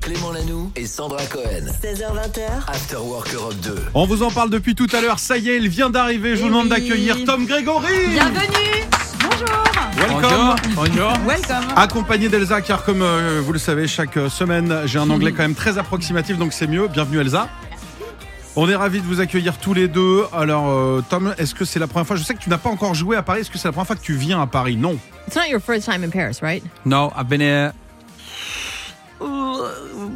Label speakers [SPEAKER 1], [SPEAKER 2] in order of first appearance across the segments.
[SPEAKER 1] Clément Lanoux et Sandra Cohen.
[SPEAKER 2] 16h20h,
[SPEAKER 1] After Work Europe 2.
[SPEAKER 3] On vous en parle depuis tout à l'heure, ça y est, il vient d'arriver, je vous
[SPEAKER 4] Eh
[SPEAKER 3] demande
[SPEAKER 4] oui.
[SPEAKER 3] d'accueillir Tom Grégory
[SPEAKER 4] Bienvenue Bonjour
[SPEAKER 3] Welcome
[SPEAKER 5] Bonjour.
[SPEAKER 4] Welcome
[SPEAKER 3] Accompagné d'Elsa, car comme euh, vous le savez, chaque euh, semaine, j'ai un anglais quand même très approximatif, donc c'est mieux. Bienvenue Elsa on est ravis de vous accueillir tous les deux. Alors, euh, Tom, est-ce que c'est la première fois Je sais que tu n'as pas encore joué à Paris. Est-ce que c'est la première fois que tu viens à Paris Non.
[SPEAKER 4] It's not your first time in Paris, right
[SPEAKER 5] No, I've been here a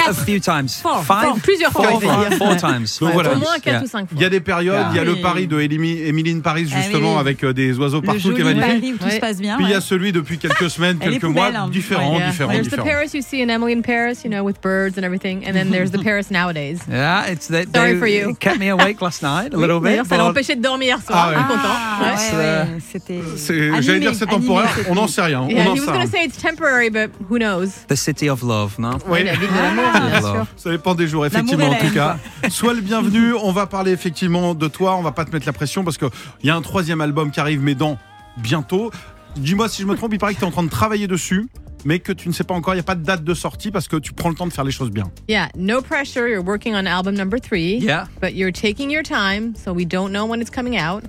[SPEAKER 3] Ah,
[SPEAKER 4] Quatre
[SPEAKER 5] few times.
[SPEAKER 4] Four,
[SPEAKER 5] Five?
[SPEAKER 4] four, plusieurs fois.
[SPEAKER 5] Four,
[SPEAKER 4] Four.
[SPEAKER 5] four, four times.
[SPEAKER 3] Donc voilà.
[SPEAKER 4] Au moins quatre
[SPEAKER 5] Yeah.
[SPEAKER 4] ou cinq fois.
[SPEAKER 3] Il y a des périodes. Il y a
[SPEAKER 4] Ah.
[SPEAKER 3] le Paris de Émilie- Émiline Paris,
[SPEAKER 6] Ah oui,
[SPEAKER 3] justement,
[SPEAKER 6] oui.
[SPEAKER 3] avec euh, des oiseaux
[SPEAKER 6] le
[SPEAKER 3] partout qui est
[SPEAKER 6] joli
[SPEAKER 3] magnifique.
[SPEAKER 6] Paris où tout
[SPEAKER 4] Ouais.
[SPEAKER 6] se passe bien.
[SPEAKER 3] Puis il y a
[SPEAKER 6] ouais.
[SPEAKER 3] celui depuis quelques semaines,
[SPEAKER 6] Et les
[SPEAKER 3] quelques mois,
[SPEAKER 6] poubelles, hein.
[SPEAKER 3] différent,
[SPEAKER 6] Ouais.
[SPEAKER 3] différent,
[SPEAKER 4] There's the
[SPEAKER 3] différent.
[SPEAKER 4] Paris you see in Emily in Paris, you know, with birds and everything. And then there's the Paris nowadays.
[SPEAKER 5] Yeah, it's they,
[SPEAKER 4] Sorry
[SPEAKER 5] they
[SPEAKER 4] for you.
[SPEAKER 5] kept me awake last night a little bit.
[SPEAKER 4] D'ailleurs, ça
[SPEAKER 5] but-
[SPEAKER 4] l'a empêché de dormir hier soir.
[SPEAKER 3] Ah ouais.
[SPEAKER 4] Je suis content.
[SPEAKER 6] Ah,
[SPEAKER 4] Ouais.
[SPEAKER 6] ouais,
[SPEAKER 5] Ouais.
[SPEAKER 6] ouais, C'était.
[SPEAKER 3] euh, C'est- J'allais
[SPEAKER 6] animé,
[SPEAKER 3] dire c'est
[SPEAKER 6] animé,
[SPEAKER 3] temporaire.
[SPEAKER 6] c'était-
[SPEAKER 3] On n'en sait rien.
[SPEAKER 4] Yeah,
[SPEAKER 3] on en
[SPEAKER 4] he was
[SPEAKER 3] sait
[SPEAKER 4] gonna
[SPEAKER 3] rien.
[SPEAKER 4] say it's temporary, but who knows?
[SPEAKER 5] the city of love, no?
[SPEAKER 3] Oui.
[SPEAKER 4] La ville de l'amour.
[SPEAKER 5] Of
[SPEAKER 6] sûr.
[SPEAKER 5] love.
[SPEAKER 3] Ça dépend des jours,
[SPEAKER 6] L'amour
[SPEAKER 3] effectivement,
[SPEAKER 6] et
[SPEAKER 3] en
[SPEAKER 6] la
[SPEAKER 3] tout
[SPEAKER 6] haine,
[SPEAKER 3] cas. Sois le bienvenu. On va parler effectivement de toi. On va pas te mettre la pression parce qu'il y a un troisième album qui arrive, mais dans bientôt. Dis-moi si je me trompe, il paraît que tu es en train de travailler dessus, mais que tu ne sais pas encore. Il n'y a pas de date de sortie parce que tu prends le temps de faire les choses bien.
[SPEAKER 4] Yeah, no pressure. You're working on album number three.
[SPEAKER 5] Yeah.
[SPEAKER 4] But you're taking your time, so we don't know when it's coming out.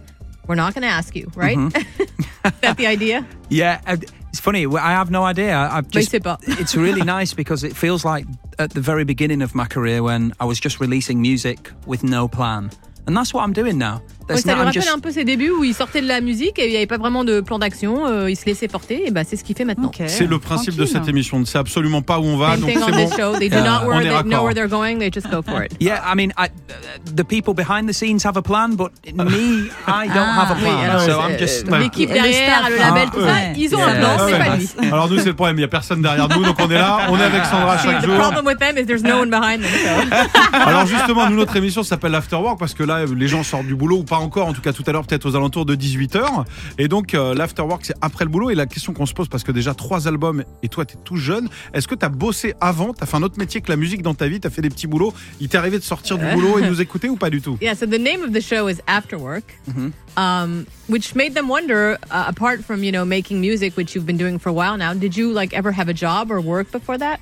[SPEAKER 4] We're not going to ask you, right? Is that the idea?
[SPEAKER 5] Yeah, uh, it's funny. w- I have no idea. I- I've just,
[SPEAKER 4] Basic bop.
[SPEAKER 5] it's really nice because it feels like at the very beginning of my career when I was just releasing music with no plan, and that's what I'm doing now.
[SPEAKER 4] Ouais,
[SPEAKER 5] There's
[SPEAKER 4] ça lui
[SPEAKER 5] no- I'm
[SPEAKER 4] rappelle
[SPEAKER 5] just-
[SPEAKER 4] un peu ses débuts où il sortait de la musique et il n'y avait pas vraiment de plan d'action, euh, il se laissait porter, et bah, c'est ce qu'il fait maintenant.
[SPEAKER 6] Ok,
[SPEAKER 3] c'est le principe de cette
[SPEAKER 6] tranquille.
[SPEAKER 3] émission. On ne sait absolument pas où on va, Ah,
[SPEAKER 4] Same
[SPEAKER 3] donc
[SPEAKER 4] thing
[SPEAKER 3] c'est
[SPEAKER 4] on
[SPEAKER 3] bon.
[SPEAKER 4] this show. They do
[SPEAKER 5] Yeah.
[SPEAKER 4] not
[SPEAKER 3] On
[SPEAKER 4] where
[SPEAKER 3] est
[SPEAKER 4] they know
[SPEAKER 3] raccord.
[SPEAKER 4] where they're going, they just go for it.
[SPEAKER 5] Yeah, I mean, I, uh, the people behind the scenes have a plan, but me, I don't have a
[SPEAKER 4] Oui,
[SPEAKER 5] plan.
[SPEAKER 4] alors,
[SPEAKER 5] so
[SPEAKER 4] c'est-
[SPEAKER 5] I'm just.
[SPEAKER 4] euh, l'équipe
[SPEAKER 6] Et le
[SPEAKER 4] derrière,
[SPEAKER 6] staff.
[SPEAKER 4] le label, tout ça,
[SPEAKER 6] Ah,
[SPEAKER 4] ils ont
[SPEAKER 5] ouais.
[SPEAKER 4] un plan,
[SPEAKER 3] Ah
[SPEAKER 4] c'est
[SPEAKER 3] ouais.
[SPEAKER 4] pas lui.
[SPEAKER 3] Alors nous, c'est le problème. Il n'y a personne derrière nous, donc on est là. On est avec Sandra chaque
[SPEAKER 4] The
[SPEAKER 3] jour.
[SPEAKER 4] problem with them is there's no one behind them. so.
[SPEAKER 3] Alors justement, nous, notre émission s'appelle l'After Work parce que là, les gens sortent du boulot ou pas encore, en tout cas tout à l'heure, peut-être aux alentours de 18h. Et donc, euh, l'After Work, c'est après le boulot. Et la question qu'on se pose, parce que déjà trois albums et toi, t'es tout jeune, est-ce que t'as bossé avant T'as fait un autre métier que la musique dans ta vie T'as fait des petits boulots Il t'est arrivé de sortir du boulot et de nous écouter ou pas du tout
[SPEAKER 4] Yeah, so the name of the show is After Work,
[SPEAKER 5] Mm-hmm.
[SPEAKER 4] um, which made them wonder, uh, apart from, you know, making music, which you've been doing for a while now, did you, like, ever have a job or work before that?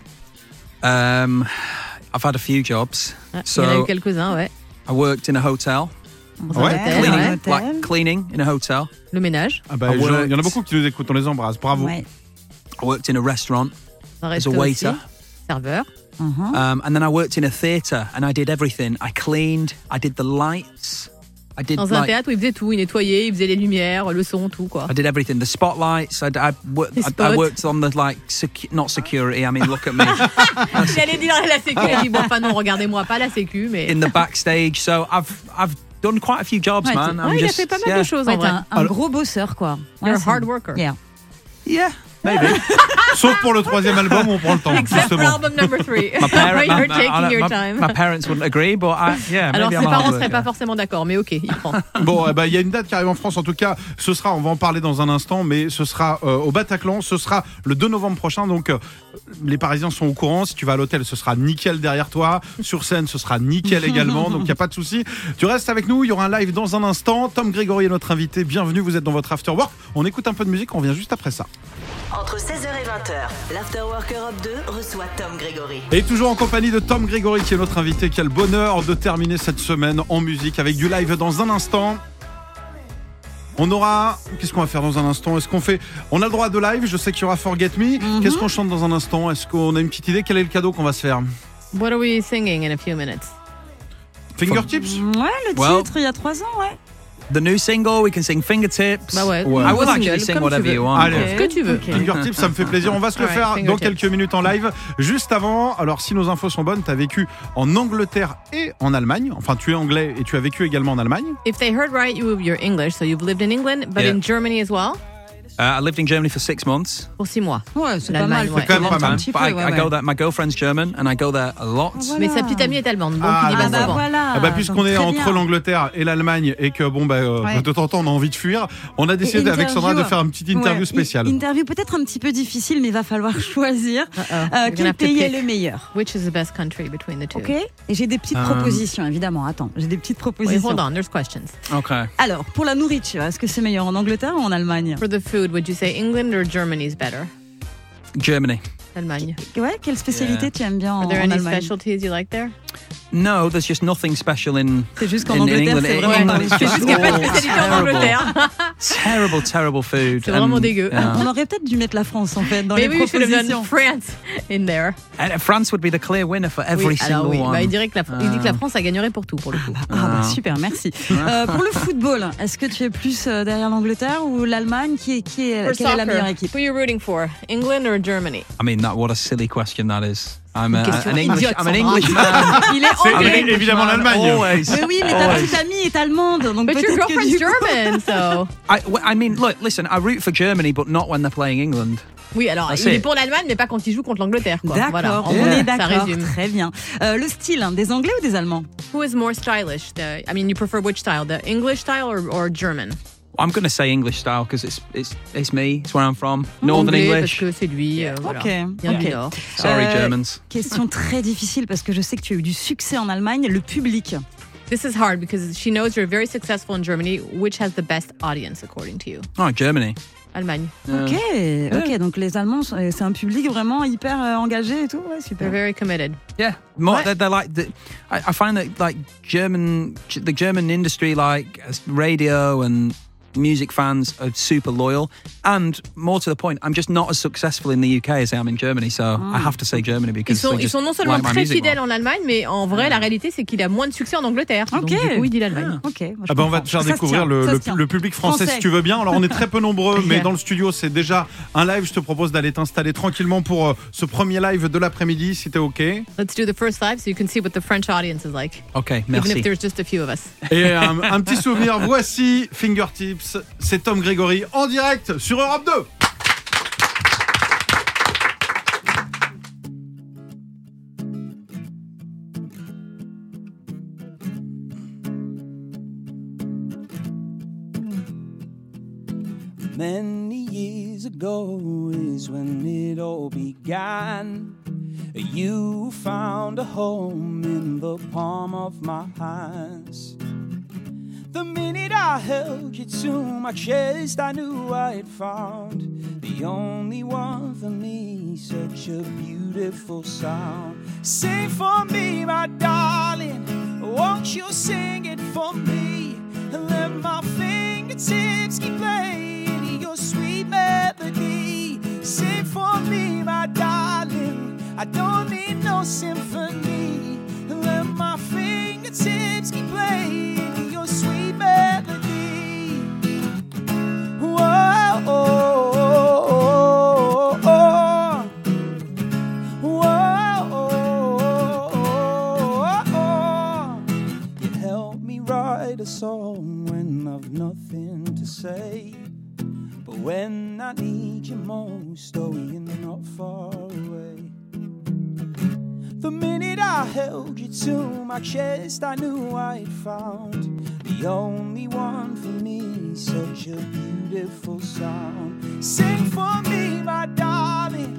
[SPEAKER 5] Um, I've had a few jobs.
[SPEAKER 4] Il y en a eu
[SPEAKER 5] So
[SPEAKER 4] quelques-uns, ouais.
[SPEAKER 5] I worked in a hotel,
[SPEAKER 4] Dans un
[SPEAKER 3] Ouais.
[SPEAKER 4] hôtel,
[SPEAKER 6] Cleaning.
[SPEAKER 4] ouais.
[SPEAKER 6] Hotel.
[SPEAKER 5] like cleaning in a hotel.
[SPEAKER 4] Le ménage,
[SPEAKER 3] Ah bah,
[SPEAKER 5] I
[SPEAKER 3] les gens-
[SPEAKER 5] worked.
[SPEAKER 3] Il y en a beaucoup qui nous écoutent, on les embrasse. Bravo.
[SPEAKER 6] Ouais.
[SPEAKER 5] I worked in a restaurant
[SPEAKER 4] un
[SPEAKER 5] as a
[SPEAKER 4] resto aussi,
[SPEAKER 5] waiter,
[SPEAKER 4] serveur. Uh-huh.
[SPEAKER 5] um, and then I worked in a theatre, and I did everything. I cleaned, I did the lights, I did
[SPEAKER 4] Dans un
[SPEAKER 5] like,
[SPEAKER 4] théâtre où il faisait tout, il nettoyait, il faisait les lumières, le son, tout quoi.
[SPEAKER 5] I did everything. The spotlights. I, d- I wor-
[SPEAKER 4] The
[SPEAKER 5] I- I
[SPEAKER 4] spot.
[SPEAKER 5] worked on the like secu- not security. I mean, look at me Ah,
[SPEAKER 4] J'allais dire la sécu, il a dit bon, enfin non, regardez-moi pas la sécu, mais.
[SPEAKER 5] in the backstage. So I've I've done quite a few jobs,
[SPEAKER 6] Right.
[SPEAKER 5] man. I'm
[SPEAKER 4] Ouais, il a
[SPEAKER 5] just
[SPEAKER 4] fait pas mal
[SPEAKER 5] yeah,
[SPEAKER 4] de choses en
[SPEAKER 6] Ouais, t'es
[SPEAKER 4] vrai.
[SPEAKER 6] un, un gros bosseur, quoi.
[SPEAKER 4] You're a
[SPEAKER 6] c'est-
[SPEAKER 4] hard worker.
[SPEAKER 6] Yeah.
[SPEAKER 5] yeah, maybe.
[SPEAKER 3] Sauf pour le troisième album, on prend le temps.
[SPEAKER 4] Except for
[SPEAKER 3] Justement.
[SPEAKER 4] album number three. Where
[SPEAKER 5] My, parent, my,
[SPEAKER 4] you're
[SPEAKER 5] my- my-
[SPEAKER 4] taking your
[SPEAKER 5] my-
[SPEAKER 4] time.
[SPEAKER 5] my parents wouldn't agree, but I, yeah,
[SPEAKER 4] Alors
[SPEAKER 5] maybe
[SPEAKER 4] ses
[SPEAKER 5] I'm a hard
[SPEAKER 4] parents
[SPEAKER 5] worker.
[SPEAKER 4] seraient pas forcément d'accord, mais ok, il prend.
[SPEAKER 3] Bon, eh ben, il y a une date qui arrive en France, en tout cas, ce sera, on va en parler dans un instant, mais ce sera euh, au Bataclan, ce sera le 2 novembre prochain, donc euh, les Parisiens sont au courant, si tu vas à l'hôtel, ce sera nickel derrière toi, sur scène, ce sera nickel également, donc il n'y a pas de souci. Tu restes avec nous, il y aura un live dans un instant, Tom Grégory est notre invité, bienvenue, vous êtes dans votre After Work, on écoute un peu de musique, on revient juste après ça.
[SPEAKER 2] entre 16h et 20h, l'Afterwork Europe 2 reçoit Tom Grégory.
[SPEAKER 3] Et toujours en compagnie de Tom Grégory qui est notre invité, qui a le bonheur de terminer cette semaine en musique avec du live dans un instant. On aura. Qu'est-ce qu'on va faire dans un instant Est-ce qu'on fait. On a le droit de live, je sais qu'il y aura Forget Me. Qu'est-ce qu'on chante dans un instant Est-ce qu'on a une petite idée Quel est le cadeau qu'on va se faire
[SPEAKER 4] What are we singing in a few minutes?
[SPEAKER 3] Fingertips
[SPEAKER 6] Ouais, le
[SPEAKER 5] Well.
[SPEAKER 6] titre, il y a trois ans, ouais.
[SPEAKER 5] The new single, we can sing fingertips.
[SPEAKER 4] Bah ouais.
[SPEAKER 3] Ouais.
[SPEAKER 5] I will
[SPEAKER 4] nouveau
[SPEAKER 5] actually
[SPEAKER 4] single,
[SPEAKER 5] sing
[SPEAKER 4] comme
[SPEAKER 5] whatever
[SPEAKER 4] tu veux.
[SPEAKER 5] you want.
[SPEAKER 3] Allez.
[SPEAKER 4] Ce que tu veux.
[SPEAKER 3] Fingertips, ça me fait plaisir. On va se le
[SPEAKER 4] Ouais,
[SPEAKER 3] faire dans
[SPEAKER 4] fingertips.
[SPEAKER 3] quelques minutes en live. Juste avant, alors si nos infos sont bonnes, tu as vécu en Angleterre et en Allemagne. Enfin, tu es anglais et tu as vécu également en Allemagne.
[SPEAKER 4] If they heard right, you, you're English, so you've lived in England, but
[SPEAKER 5] Yeah.
[SPEAKER 4] in Germany as well,
[SPEAKER 5] Uh, I lived in Germany for six months.
[SPEAKER 4] pour six mois.
[SPEAKER 6] Ouais, c'est pas mal.
[SPEAKER 4] L'Allemagne, ouais.
[SPEAKER 6] faut
[SPEAKER 3] C'est quand même
[SPEAKER 6] connaître
[SPEAKER 3] pas mal.
[SPEAKER 6] un petit
[SPEAKER 5] But I,
[SPEAKER 6] peu, ouais,
[SPEAKER 5] I go
[SPEAKER 6] ouais.
[SPEAKER 5] there. My girlfriend's German, and I go there a lot.
[SPEAKER 4] Mais sa petite amie est allemande, donc
[SPEAKER 3] Ah,
[SPEAKER 4] il y
[SPEAKER 6] Ah
[SPEAKER 4] va
[SPEAKER 6] bah
[SPEAKER 4] souvent.
[SPEAKER 6] voilà.
[SPEAKER 3] Ah bah, puisqu'on
[SPEAKER 6] Donc,
[SPEAKER 3] est
[SPEAKER 6] très
[SPEAKER 3] entre
[SPEAKER 6] bien.
[SPEAKER 3] l'Angleterre et l'Allemagne et que bon bah euh,
[SPEAKER 6] Ouais.
[SPEAKER 3] de temps en temps on a envie de fuir, on a décidé avec Sandra de
[SPEAKER 6] interview.
[SPEAKER 3] faire une petite interview
[SPEAKER 6] Ouais.
[SPEAKER 3] spéciale.
[SPEAKER 6] Une- Interview peut-être un petit peu difficile, mais il va falloir choisir
[SPEAKER 4] Uh-oh.
[SPEAKER 6] euh,
[SPEAKER 4] You're gonna
[SPEAKER 6] quel
[SPEAKER 4] have to
[SPEAKER 6] pays est
[SPEAKER 4] pick.
[SPEAKER 6] le meilleur.
[SPEAKER 4] Which is the best country between the two?
[SPEAKER 6] Ok Et j'ai des petites
[SPEAKER 5] Euh.
[SPEAKER 6] propositions, évidemment. Attends, j'ai des petites
[SPEAKER 4] Wait,
[SPEAKER 6] propositions.
[SPEAKER 4] hold on, there's questions.
[SPEAKER 5] Okay.
[SPEAKER 6] Alors, pour la nourriture, est-ce que c'est meilleur en Angleterre ou en Allemagne
[SPEAKER 4] For the food, would you say England or Germany's better?
[SPEAKER 5] Germany.
[SPEAKER 4] Allemagne.
[SPEAKER 6] Ouais, quelle spécialité
[SPEAKER 5] Yeah.
[SPEAKER 6] tu aimes bien en,
[SPEAKER 4] Are there
[SPEAKER 6] en
[SPEAKER 4] any
[SPEAKER 6] Allemagne
[SPEAKER 4] specialties you like there?
[SPEAKER 5] No, there's just nothing special in.
[SPEAKER 6] C'est juste qu'en
[SPEAKER 5] in
[SPEAKER 6] Angleterre,
[SPEAKER 5] England.
[SPEAKER 6] c'est
[SPEAKER 5] In
[SPEAKER 6] vraiment
[SPEAKER 5] England,
[SPEAKER 6] pas les
[SPEAKER 5] it's
[SPEAKER 4] C'est
[SPEAKER 5] just
[SPEAKER 4] juste qu'il n'y a pas de
[SPEAKER 5] all
[SPEAKER 4] spécialité en
[SPEAKER 5] terrible.
[SPEAKER 4] Angleterre.
[SPEAKER 5] Terrible, terrible food.
[SPEAKER 4] C'est vraiment
[SPEAKER 5] And,
[SPEAKER 4] dégueu.
[SPEAKER 5] yeah.
[SPEAKER 6] Ah, On aurait peut-être dû mettre la France en fait dans
[SPEAKER 4] Maybe
[SPEAKER 6] les
[SPEAKER 4] we should have done
[SPEAKER 6] propositions.
[SPEAKER 4] France in there.
[SPEAKER 5] And France would be the clear winner for
[SPEAKER 4] Oui,
[SPEAKER 5] every
[SPEAKER 4] alors
[SPEAKER 5] single
[SPEAKER 4] oui,
[SPEAKER 5] one.
[SPEAKER 4] bah, il dirait que la, il dit que la
[SPEAKER 5] Ah.
[SPEAKER 4] France a gagnerait pour tout pour le coup.
[SPEAKER 6] Ah bah super, merci. Euh, pour le football, est-ce que tu es plus euh, derrière l'Angleterre ou l'Allemagne qui est, qui est, quelle est la meilleure équipe
[SPEAKER 4] who are you rooting for? England or Germany?
[SPEAKER 5] I mean, that what a silly question that is. I'm, a,
[SPEAKER 4] question
[SPEAKER 5] an English,
[SPEAKER 4] idiote,
[SPEAKER 5] I'm an
[SPEAKER 4] Sandra.
[SPEAKER 5] Englishman.
[SPEAKER 4] Il est
[SPEAKER 3] C'est
[SPEAKER 4] anglais.
[SPEAKER 3] évi- évidemment l'Allemagne.
[SPEAKER 5] Always.
[SPEAKER 6] Mais oui, mais Euh, ta petite amie est allemande, donc
[SPEAKER 4] But your
[SPEAKER 6] peut-être que du
[SPEAKER 4] girlfriend's
[SPEAKER 6] coup-
[SPEAKER 4] German, so.
[SPEAKER 5] I, well, I mean, look, listen, I root for Germany, but not when they're playing England.
[SPEAKER 4] Oui, alors
[SPEAKER 5] Ah,
[SPEAKER 4] il
[SPEAKER 5] c'est-
[SPEAKER 4] est pour l'Allemagne, mais pas quand il joue contre l'angleterre. quoi.
[SPEAKER 6] D'accord,
[SPEAKER 4] Voilà, en
[SPEAKER 6] on
[SPEAKER 4] gros,
[SPEAKER 6] est
[SPEAKER 4] Ça
[SPEAKER 6] d'accord,
[SPEAKER 4] résume.
[SPEAKER 6] très bien. Euh, le style, hein, des Anglais ou des Allemands
[SPEAKER 4] Who is more stylish? The, I mean, you prefer which style, the English style or, or German?
[SPEAKER 5] I'm going to say English style because it's, it's, it's me, it's where I'm from. Northern
[SPEAKER 4] Anglais,
[SPEAKER 5] English.
[SPEAKER 4] parce que c'est lui. euh, voilà.
[SPEAKER 6] Ok,
[SPEAKER 4] Bien
[SPEAKER 6] ok.
[SPEAKER 4] du Nord.
[SPEAKER 5] Sorry,
[SPEAKER 4] Uh,
[SPEAKER 6] Euh,
[SPEAKER 5] Germans.
[SPEAKER 6] Question très difficile parce que je sais que tu as eu du succès en Allemagne, le public.
[SPEAKER 4] This is hard because she knows you're very successful in Germany. Which has the best audience, according to you?
[SPEAKER 5] Oh, Germany.
[SPEAKER 4] Allemagne.
[SPEAKER 5] Ah.
[SPEAKER 6] Ok, ok, donc les Allemands, sont- c'est un public vraiment hyper euh, engagé et tout, ouais,
[SPEAKER 4] They're
[SPEAKER 6] super.
[SPEAKER 4] very committed.
[SPEAKER 5] Yeah, more,
[SPEAKER 4] Right.
[SPEAKER 5] they're, they're like the, I, I find that like German, the German industry, like as radio and music fans, are super loyal. And more to the point, I'm just not as successful in the UK as I am in Germany, so I have to say Germany
[SPEAKER 4] Mm. Ils
[SPEAKER 5] because
[SPEAKER 4] sont,
[SPEAKER 5] they
[SPEAKER 4] ils
[SPEAKER 5] just
[SPEAKER 4] sont non seulement
[SPEAKER 5] like my
[SPEAKER 4] très
[SPEAKER 5] music
[SPEAKER 4] fidèles
[SPEAKER 5] more.
[SPEAKER 4] en Allemagne, mais en vrai, la réalité, c'est qu'il a moins de succès en Angleterre.
[SPEAKER 6] Ok.
[SPEAKER 4] Donc, du coup, il dit l'Allemagne.
[SPEAKER 6] Ok, moi, je
[SPEAKER 3] Ah bah, on va
[SPEAKER 6] comprends.
[SPEAKER 3] te faire
[SPEAKER 6] Ça se
[SPEAKER 3] découvrir
[SPEAKER 6] tient,
[SPEAKER 3] le,
[SPEAKER 6] ça
[SPEAKER 3] le-
[SPEAKER 6] se tient.
[SPEAKER 3] le public français,
[SPEAKER 6] Français.
[SPEAKER 3] si tu veux bien. Alors on est très peu nombreux, mais
[SPEAKER 4] Yeah.
[SPEAKER 3] dans le studio c'est déjà un live. Je te propose d'aller t'installer tranquillement pour euh, ce premier live de l'après-midi, si t'es ok. Et
[SPEAKER 4] Let's do the first live so you can see what the French audience is like,
[SPEAKER 5] Okay,
[SPEAKER 4] even
[SPEAKER 5] merci.
[SPEAKER 4] if there's just a few of us.
[SPEAKER 3] un, un petit souvenir, voici Fingertips, c'est Tom Grégory en direct sur Europe 2.
[SPEAKER 7] Many years ago is when it all began. You found a home in the palm of my hands. The minute I held you to my chest, I knew I had found the only one for me. Such a beautiful sound. Sing for me, my darling. Won't you sing it for me? And let my fingertips keep playing your sweet melody. Sing for me, my darling. I don't need no symphony. Let my fingertips keep playing your sweet melody. Whoa, Whoa. You help me write a song when I've nothing to say. But when I need you most, oh, you're not far away. The minute I held you to my chest, I knew I had found the only one for me. Such a beautiful sound. Sing for me, my darling.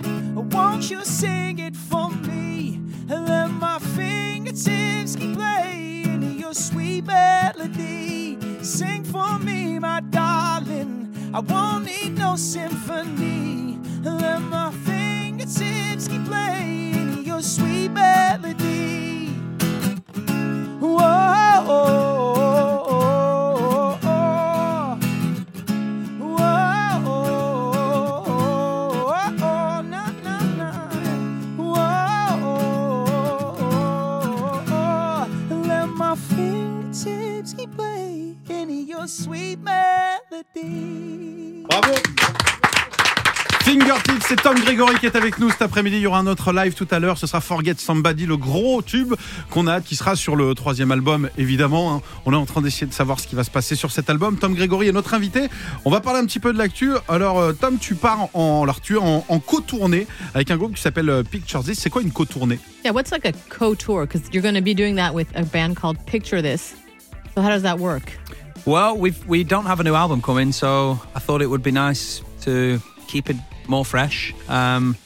[SPEAKER 7] Won't you sing it for me? And let my fingertips keep playing your sweet melody. Sing for me, my darling. I won't need no symphony. And let my fingertips keep playing your sweet melody. Whoa, oh, oh. Whoa, na, na, na. Whoa, let my fingertips keep playing your sweet melody.
[SPEAKER 3] Bravo Fingertips, c'est Tom Grégory qui est avec nous cet après-midi. Il y aura un autre live tout à l'heure. Ce sera Forget Somebody, le gros tube qu'on a hâte, qui sera sur le troisième album, évidemment. hein. On est en train d'essayer de savoir ce qui va se passer sur cet album. Tom Grégory est notre invité. On va parler un petit peu de l'actu. Alors, euh, Tom, tu pars en, alors, tu es en, en co-tournée avec un groupe qui s'appelle euh, Picture This. C'est quoi une co-tournée
[SPEAKER 4] Yeah, what's like a co-tour? Because you're going to be doing that with a band called Picture This. So how does that work?
[SPEAKER 5] Well, we've we don't have a new album coming, so I thought it would be nice to keep it more fresh. Um,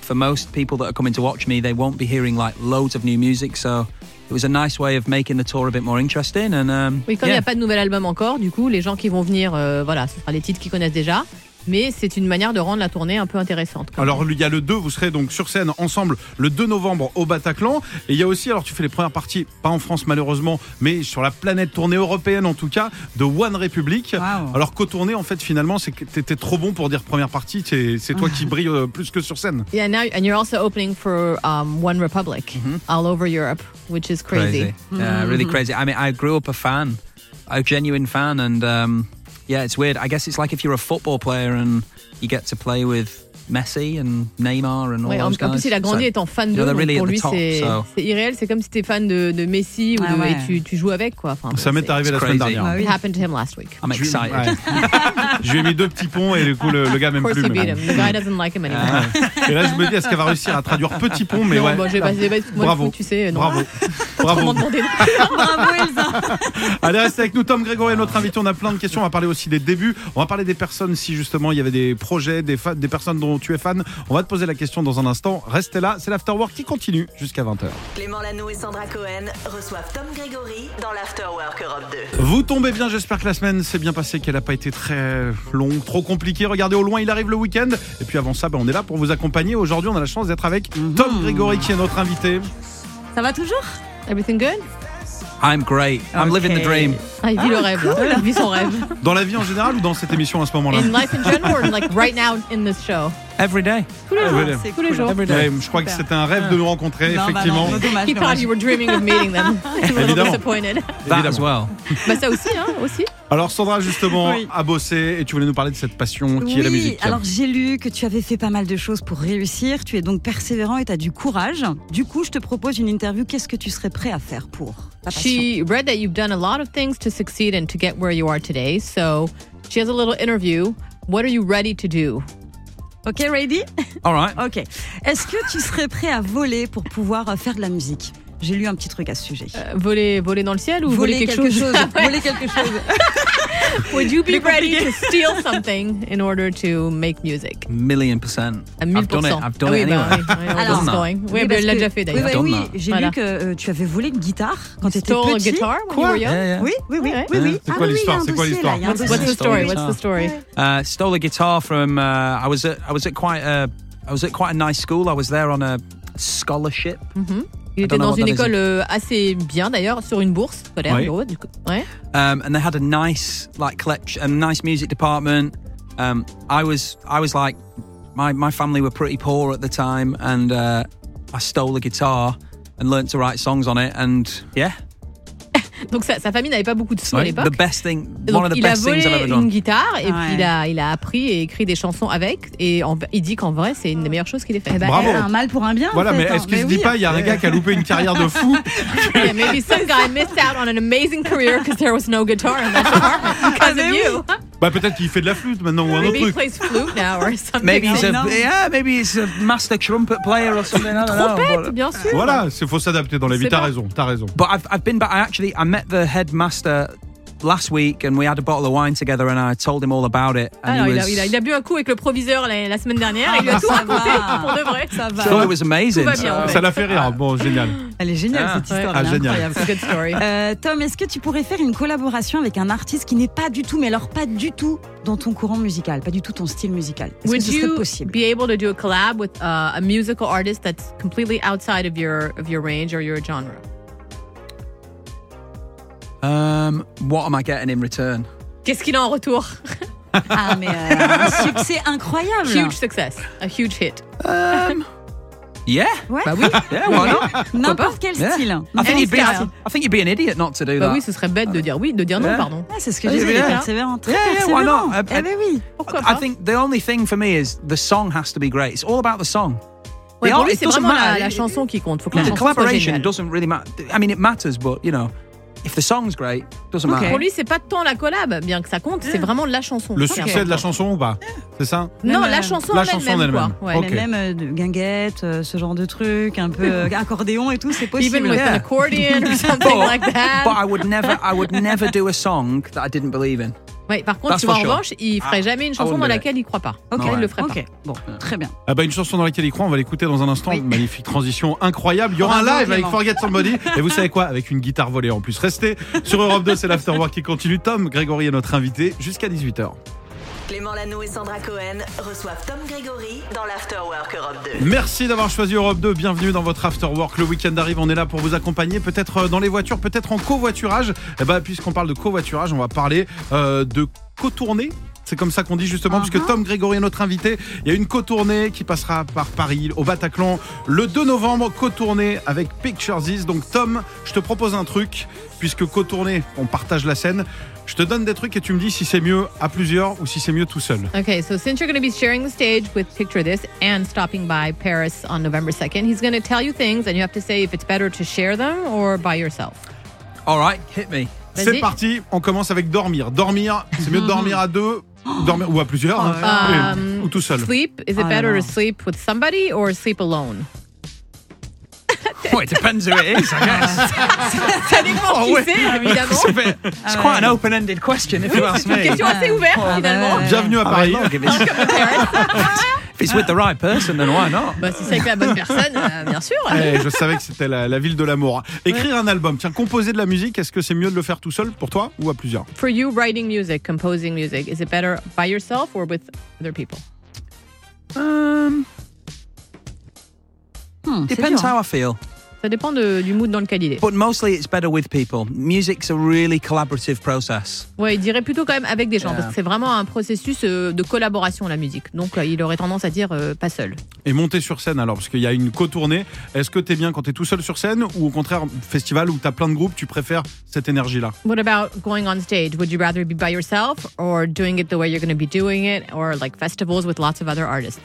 [SPEAKER 5] for most people that are coming to watch me, they won't be hearing like loads of new music, so it was a nice way of making the tour a bit more interesting. And um,
[SPEAKER 4] Oui, comme il n'y
[SPEAKER 5] yeah.
[SPEAKER 4] a pas de nouvel album encore, du coup, les gens qui vont venir, euh, voilà, ce sera les titres qu'ils connaissent déjà. mais c'est une manière de rendre la tournée un peu intéressante. quoi.
[SPEAKER 3] Alors il y a le 2, vous serez donc sur scène ensemble le 2 novembre au Bataclan. Et il y a aussi, alors tu fais les premières parties, pas en France malheureusement, mais sur la planète tournée européenne en tout cas, de One Republic.
[SPEAKER 6] Waouh.
[SPEAKER 3] Alors qu'au tournée, en fait, finalement, c'est que t'étais trop bon pour dire première partie, c'est c'est toi qui brille euh, plus que sur scène.
[SPEAKER 4] Yeah, now and you're also opening for um, One Republic all over Europe, which is crazy. Mm-hmm.
[SPEAKER 5] Yeah, really crazy. I mean, I grew up a fan, a genuine fan, and um, yeah, it's weird. I guess it's like if you're a football player and you get to play with Messi and Neymar and all
[SPEAKER 4] Ouais, en, en
[SPEAKER 5] those guys.
[SPEAKER 4] plus, il a grandi
[SPEAKER 5] So,
[SPEAKER 4] étant fan
[SPEAKER 5] you
[SPEAKER 4] d'eux,
[SPEAKER 5] know, they're
[SPEAKER 4] donc
[SPEAKER 5] really
[SPEAKER 4] pour
[SPEAKER 5] at
[SPEAKER 4] lui
[SPEAKER 5] the top.
[SPEAKER 4] c'est
[SPEAKER 5] So
[SPEAKER 4] c'est irréel. C'est comme si t'es fan de, de Messi ou
[SPEAKER 6] Ah
[SPEAKER 4] de-
[SPEAKER 6] ouais.
[SPEAKER 4] et tu, tu joues avec quoi. Enfin,
[SPEAKER 3] Ça Ah, m'est
[SPEAKER 4] c'est-
[SPEAKER 3] arrivé la
[SPEAKER 5] It's
[SPEAKER 3] semaine
[SPEAKER 5] crazy.
[SPEAKER 3] dernière.
[SPEAKER 6] Ah oui.
[SPEAKER 4] It happened to him last week.
[SPEAKER 5] I'm
[SPEAKER 3] Je lui-
[SPEAKER 5] excited.
[SPEAKER 3] ouais. Je lui ai mis deux petits ponts et du coup le, le gars
[SPEAKER 4] Of
[SPEAKER 3] même
[SPEAKER 4] course,
[SPEAKER 3] plus.
[SPEAKER 4] he
[SPEAKER 3] mais
[SPEAKER 4] beat
[SPEAKER 3] bon.
[SPEAKER 4] him. The guy doesn't like him anymore.
[SPEAKER 3] Et là je me dis est-ce qu'elle va réussir à traduire petit pont Ah, mais
[SPEAKER 4] non,
[SPEAKER 3] ouais.
[SPEAKER 4] bon, je vais pas se débattre. Moi,
[SPEAKER 3] Bravo.
[SPEAKER 4] le foot, tu sais, non.
[SPEAKER 3] Bravo.
[SPEAKER 4] Comment
[SPEAKER 3] Bravo.
[SPEAKER 4] demander
[SPEAKER 6] Bravo Ah Elsa
[SPEAKER 3] Allez, restez avec nous, Tom Grégory, notre invité. On a plein de questions. On va parler aussi des débuts. On va parler des personnes, si justement il y avait des projets, des, fa- des personnes dont tu es fan. On va te poser la question dans un instant. Restez là, c'est l'Afterwork qui continue jusqu'à 20h.
[SPEAKER 2] Clément Lano et Sandra Cohen reçoivent Tom Grégory dans l'Afterwork Europe 2.
[SPEAKER 3] Vous tombez bien, j'espère que la semaine s'est bien passée, qu'elle n'a pas été très longue, trop compliquée. Regardez au loin, il arrive le week-end. Et puis avant ça, ben, on est là pour vous accompagner. Aujourd'hui, on a la chance d'être avec
[SPEAKER 6] Mhm.
[SPEAKER 3] Tom Grégory, qui est notre invité.
[SPEAKER 6] Ça va toujours
[SPEAKER 4] Everything good?
[SPEAKER 5] I'm great. I'm living the
[SPEAKER 6] Okay.
[SPEAKER 5] dream.
[SPEAKER 4] Ah, il vit le rêve. là. Il vit son rêve.
[SPEAKER 3] Dans la vie en général ou dans cette émission à ce moment-là
[SPEAKER 4] In life in general, or like right now in this show.
[SPEAKER 5] Every day.
[SPEAKER 4] Tous les jours.
[SPEAKER 6] c'est
[SPEAKER 4] Tous les
[SPEAKER 6] cool.
[SPEAKER 4] jours.
[SPEAKER 3] Ouais, Je crois que c'était un rêve de nous rencontrer,
[SPEAKER 6] Non, bah
[SPEAKER 3] effectivement.
[SPEAKER 6] non, dommage,
[SPEAKER 4] He thought
[SPEAKER 6] dommage.
[SPEAKER 4] you were dreaming of meeting them. He was a little
[SPEAKER 3] Évidemment.
[SPEAKER 4] disappointed.
[SPEAKER 5] That as well.
[SPEAKER 4] Bah ça aussi, hein, aussi.
[SPEAKER 3] Alors Sandra justement
[SPEAKER 6] Oui.
[SPEAKER 3] a bossé et tu voulais nous parler de cette passion qui
[SPEAKER 6] oui,
[SPEAKER 3] est la musique.
[SPEAKER 6] alors j'ai lu que tu avais fait pas mal de choses pour réussir, tu es donc persévérant et tu as du courage. Du coup, je te propose une interview, qu'est-ce que tu serais prêt à faire pour ta passion
[SPEAKER 4] She read that you've done a lot of things to succeed and to get where you are today. So she has a little interview. What are you ready to do?
[SPEAKER 6] Ok, ready
[SPEAKER 5] All right.
[SPEAKER 6] Ok. Est-ce que tu serais prêt à voler pour pouvoir euh, faire de la musique J'ai lu un petit truc à ce sujet.
[SPEAKER 4] Euh, Voler, voler dans le ciel ou voler, quelque, chose?
[SPEAKER 6] voler quelque chose.
[SPEAKER 4] Would you be ready to steal something in order to make music?
[SPEAKER 5] Million percent.
[SPEAKER 4] À 1000%.
[SPEAKER 5] I've done it. I've done
[SPEAKER 4] Ah oui,
[SPEAKER 5] it
[SPEAKER 4] bah
[SPEAKER 5] anyway.
[SPEAKER 4] oui, oui, on
[SPEAKER 6] Alors-
[SPEAKER 4] was going. Oui, bah,
[SPEAKER 6] parce
[SPEAKER 4] elle l'a
[SPEAKER 6] que-
[SPEAKER 4] déjà fait
[SPEAKER 6] Oui,
[SPEAKER 4] d'ailleurs.
[SPEAKER 6] bah oui,
[SPEAKER 5] Madonna.
[SPEAKER 6] j'ai
[SPEAKER 4] Voilà.
[SPEAKER 6] lu que euh, tu avais volé une guitare quand tu étais
[SPEAKER 4] Stole a
[SPEAKER 6] petit.
[SPEAKER 4] guitar when you
[SPEAKER 6] Quoi Eh,
[SPEAKER 4] were young?
[SPEAKER 5] Yeah, yeah.
[SPEAKER 6] Oui, oui, oui,
[SPEAKER 4] Ouais.
[SPEAKER 6] oui, oui.
[SPEAKER 3] C'est
[SPEAKER 6] Ah
[SPEAKER 3] quoi
[SPEAKER 6] oui, oui,
[SPEAKER 3] l'histoire
[SPEAKER 6] il y a un
[SPEAKER 3] C'est quoi
[SPEAKER 6] dossier,
[SPEAKER 3] l'histoire
[SPEAKER 6] là, il y a un
[SPEAKER 4] What's
[SPEAKER 6] dossier.
[SPEAKER 4] the story?
[SPEAKER 5] Stole a
[SPEAKER 4] What's the story?
[SPEAKER 5] Uh, stole a guitar from. Uh, I was at. I was at quite a. I was at quite a nice school. I was there on a scholarship.
[SPEAKER 4] Il
[SPEAKER 5] I
[SPEAKER 4] était
[SPEAKER 5] don't know
[SPEAKER 4] dans
[SPEAKER 5] what
[SPEAKER 4] une
[SPEAKER 5] that is.
[SPEAKER 4] école euh, assez bien d'ailleurs, sur une bourse scolaire.
[SPEAKER 3] Oui.
[SPEAKER 4] en gros, du coup. Ouais.
[SPEAKER 5] um, and they had a nice like collection, a nice music department. Um, I was I was like my my family were pretty poor at the time, and uh, I stole a guitar and learnt to write songs on it, and yeah,
[SPEAKER 4] Donc sa, sa famille n'avait pas beaucoup de sous à
[SPEAKER 5] like,
[SPEAKER 4] l'époque.
[SPEAKER 5] the best thing,
[SPEAKER 4] Et
[SPEAKER 5] one
[SPEAKER 4] Donc,
[SPEAKER 5] of the
[SPEAKER 4] il a
[SPEAKER 5] best
[SPEAKER 4] volé
[SPEAKER 5] things I've ever
[SPEAKER 4] une
[SPEAKER 5] done.
[SPEAKER 4] guitare et
[SPEAKER 6] Ouais.
[SPEAKER 4] puis il a, il a appris et écrit des chansons avec. Et en- il dit qu'en vrai, c'est une des meilleures choses qu'il ait fait.
[SPEAKER 6] Eh ben,
[SPEAKER 3] Bravo.
[SPEAKER 6] Un mal pour un bien. en
[SPEAKER 3] Voilà,
[SPEAKER 6] fait,
[SPEAKER 3] mais
[SPEAKER 6] hein.
[SPEAKER 3] est-ce qu'il se
[SPEAKER 6] Mais
[SPEAKER 3] dit
[SPEAKER 6] oui.
[SPEAKER 3] pas, il y a un gars qui a loupé une carrière de fou
[SPEAKER 4] Yeah, maybe some guy missed out on an amazing career because there was no guitar in that department because of you.
[SPEAKER 3] Bah peut-être qu'il fait de la flûte maintenant ou un autre
[SPEAKER 4] Maybe he
[SPEAKER 3] truc.
[SPEAKER 4] plays flute now or something.
[SPEAKER 5] Maybe he's a
[SPEAKER 6] No.
[SPEAKER 5] yeah, maybe he's a master trumpet player or something. I don't know.
[SPEAKER 4] Trompette,
[SPEAKER 5] but-
[SPEAKER 4] bien sûr.
[SPEAKER 3] Voilà, c'est faut s'adapter dans la
[SPEAKER 4] C'est
[SPEAKER 3] vie. T'as
[SPEAKER 4] pas-
[SPEAKER 3] raison, t'as raison.
[SPEAKER 5] But I've, I've been back. I actually I met the headmaster last week, and we had a bottle of wine together, and I told him all about it. And
[SPEAKER 4] Alors,
[SPEAKER 5] he
[SPEAKER 4] il,
[SPEAKER 5] was,
[SPEAKER 4] a, il, a, il a bu un coup avec le proviseur la, la semaine dernière et il lui a tout
[SPEAKER 6] Ah, ça
[SPEAKER 4] raconté
[SPEAKER 6] va.
[SPEAKER 4] pour de vrai.
[SPEAKER 6] Ça va.
[SPEAKER 5] thought it was amazing.
[SPEAKER 4] Tout va
[SPEAKER 5] so-
[SPEAKER 4] bien, en fait.
[SPEAKER 3] Ça l'a fait
[SPEAKER 6] Ah.
[SPEAKER 3] rire. Bon, génial.
[SPEAKER 6] Elle est géniale
[SPEAKER 5] Ah,
[SPEAKER 6] cette histoire.
[SPEAKER 3] Ah,
[SPEAKER 6] elle est
[SPEAKER 3] génial.
[SPEAKER 6] incroyable.
[SPEAKER 4] It's a good story.
[SPEAKER 6] Euh, Tom, est-ce que tu pourrais faire une collaboration avec un artiste qui n'est pas du tout, mais alors pas du tout dans ton courant musical, pas du tout ton style musical Est-ce que
[SPEAKER 4] Would
[SPEAKER 6] ce serait
[SPEAKER 4] you
[SPEAKER 6] possible
[SPEAKER 4] be able to do a collab with uh, a musical artist that's completely outside of your of your range or your genre?
[SPEAKER 5] Um, what am I getting in return?
[SPEAKER 4] Qu'est-ce qu'il a en retour?
[SPEAKER 6] Ah, mais euh, un succès incroyable
[SPEAKER 4] Huge success, a huge hit.
[SPEAKER 5] Um, Yeah,
[SPEAKER 6] Ouais.
[SPEAKER 4] Bah oui.
[SPEAKER 5] yeah, why not?
[SPEAKER 6] N'importe quel
[SPEAKER 5] Yeah.
[SPEAKER 6] style.
[SPEAKER 3] Ah,
[SPEAKER 5] I think you'd be, I
[SPEAKER 4] Style.
[SPEAKER 5] think, I think you'd be an idiot not to do
[SPEAKER 4] Bah
[SPEAKER 5] that.
[SPEAKER 4] oui, ce serait bête de dire oui, de dire non,
[SPEAKER 5] Ouais.
[SPEAKER 4] pardon.
[SPEAKER 6] Ah, c'est ce que
[SPEAKER 5] Ah,
[SPEAKER 6] j'ai
[SPEAKER 5] c'est
[SPEAKER 6] dit, il est
[SPEAKER 5] bien.
[SPEAKER 6] persévérant, très
[SPEAKER 5] Yeah, yeah, why
[SPEAKER 6] persévérant.
[SPEAKER 5] not I-
[SPEAKER 6] Eh ben oui.
[SPEAKER 4] Pourquoi pas?
[SPEAKER 5] I think the only thing for me is the song has to be great. It's all about the song.
[SPEAKER 4] Ouais,
[SPEAKER 5] The
[SPEAKER 4] pour
[SPEAKER 5] only-
[SPEAKER 4] lui,
[SPEAKER 5] it
[SPEAKER 4] c'est
[SPEAKER 5] doesn't
[SPEAKER 4] vraiment la,
[SPEAKER 5] matter.
[SPEAKER 4] la
[SPEAKER 5] It-
[SPEAKER 4] chanson qui compte. Faut que la
[SPEAKER 5] The
[SPEAKER 4] chanson soit
[SPEAKER 5] collaboration
[SPEAKER 4] géniale.
[SPEAKER 5] doesn't really matter. I mean, it matters, but you know, if the song's great, doesn't
[SPEAKER 6] Okay.
[SPEAKER 4] Pour
[SPEAKER 5] matter.
[SPEAKER 4] lui, c'est pas tant la collab, bien que ça compte, c'est vraiment la chanson.
[SPEAKER 3] Le
[SPEAKER 4] qui
[SPEAKER 3] succès de la
[SPEAKER 4] importe.
[SPEAKER 3] chanson ou pas C'est ça
[SPEAKER 4] Non,
[SPEAKER 6] Même, euh,
[SPEAKER 4] la chanson
[SPEAKER 3] la
[SPEAKER 4] en
[SPEAKER 3] chanson en
[SPEAKER 4] elle-même. quoi.
[SPEAKER 3] elle-même.
[SPEAKER 4] Ouais.
[SPEAKER 3] Ok.
[SPEAKER 6] Mais Même euh, de guinguette, euh, ce genre de truc, un peu euh, accordéon et tout, c'est possible.
[SPEAKER 4] Even with
[SPEAKER 5] Yeah.
[SPEAKER 4] an accordion or something
[SPEAKER 5] But,
[SPEAKER 4] like that.
[SPEAKER 5] but I would never, I would never do a song that I didn't believe in.
[SPEAKER 4] Ouais, par contre,
[SPEAKER 5] That's
[SPEAKER 4] tu vois,
[SPEAKER 5] for
[SPEAKER 4] en
[SPEAKER 5] sure.
[SPEAKER 4] revanche, il ferait
[SPEAKER 5] Ah,
[SPEAKER 4] jamais une
[SPEAKER 5] I
[SPEAKER 4] chanson
[SPEAKER 5] wouldn't
[SPEAKER 4] dans
[SPEAKER 5] do
[SPEAKER 4] laquelle il croit pas.
[SPEAKER 6] Ok.
[SPEAKER 4] Il le
[SPEAKER 5] Ouais.
[SPEAKER 4] ferait pas.
[SPEAKER 6] Ok, bon, très bien.
[SPEAKER 3] Ah bah une chanson dans laquelle il croit, on va l'écouter dans un instant.
[SPEAKER 6] Oui. Ah bah,
[SPEAKER 3] Magnifique transition, incroyable. Il y aura un
[SPEAKER 6] Bravo,
[SPEAKER 3] live avec
[SPEAKER 6] Clément.
[SPEAKER 3] Forget Somebody. Et vous savez quoi Avec une guitare volée en plus. Restez sur Europe 2, c'est l'Afterwork qui continue. Tom Grégory est notre invité jusqu'à 18h.
[SPEAKER 2] Clément Lano et Sandra Cohen reçoivent Tom Grégory dans l'Afterwork Europe 2.
[SPEAKER 3] Merci d'avoir choisi Europe 2. Bienvenue dans votre After Work. Le week-end arrive, on est là pour vous accompagner, peut-être euh, dans les voitures, peut-être en covoiturage. Eh ben, puisqu'on parle de covoiturage, on va parler euh, de cotournée. C'est comme ça qu'on dit justement, puisque Tom Grégory est notre invité. Il y a une cotournée qui passera par Paris, au Bataclan, le 2 novembre. Cotournée avec Pictures Is. Donc, Tom, je te propose un truc, puisque cotournée, on partage la scène. Je te donne des trucs et tu me dis si c'est mieux à plusieurs ou si c'est mieux tout seul.
[SPEAKER 4] Okay, so since you're going to be sharing the stage with Picture This and stopping by Paris on November 2nd, he's going to tell you things and you have to say if it's better to share them or by yourself.
[SPEAKER 5] All right, hit me.
[SPEAKER 4] Vas-y.
[SPEAKER 3] C'est parti, on commence avec dormir. Dormir, c'est mieux de dormir à deux dormir, ou à plusieurs, hein, et- ou tout seul.
[SPEAKER 4] Sleep, is it
[SPEAKER 6] Oh,
[SPEAKER 4] better
[SPEAKER 6] no.
[SPEAKER 4] to sleep with somebody or sleep alone?
[SPEAKER 5] Well, it depends who it is, I guess.
[SPEAKER 4] Qui sait, évidemment.
[SPEAKER 5] It's, a bit, it's quite an
[SPEAKER 4] Uh,
[SPEAKER 5] open-ended question, if you ask me.
[SPEAKER 4] Question assez ouverte,
[SPEAKER 6] Oh,
[SPEAKER 4] finalement.
[SPEAKER 6] ben ouais.
[SPEAKER 3] Bienvenue à
[SPEAKER 5] I mean,
[SPEAKER 3] Paris.
[SPEAKER 5] look, if it's, if it's with the right person, then why not?
[SPEAKER 4] Bah, si c'est avec la bonne personne, euh, bien sûr.
[SPEAKER 3] Eh, je savais que c'était la, la ville de l'amour. Écrire un album, tiens, composer de la musique, est-ce que c'est mieux de le faire tout seul pour toi ou à plusieurs
[SPEAKER 4] For you, writing music, composing music, is it better by yourself or with other people?
[SPEAKER 5] Um,
[SPEAKER 6] Hmm, c'est
[SPEAKER 5] depends
[SPEAKER 6] dur, hein.
[SPEAKER 5] how I feel.
[SPEAKER 4] Ça dépend de- du mood dans lequel il est.
[SPEAKER 5] But mostly it's better with people. Music's a really collaborative process.
[SPEAKER 4] Ouais, il dirait plutôt quand même avec des gens,
[SPEAKER 5] Yeah.
[SPEAKER 4] parce que c'est vraiment un processus euh, de collaboration, la musique. Donc, euh, il aurait tendance à dire euh, pas seul.
[SPEAKER 3] Et monter sur scène alors, parce qu'il y a une co-tournée. Est-ce que t'es bien quand t'es tout seul sur scène ou au contraire, festival où t'as plein de groupes, tu préfères cette énergie-là
[SPEAKER 4] What about going on stage? Would you rather be by yourself or doing it the way you're going to be doing it or like festivals with lots of other artists?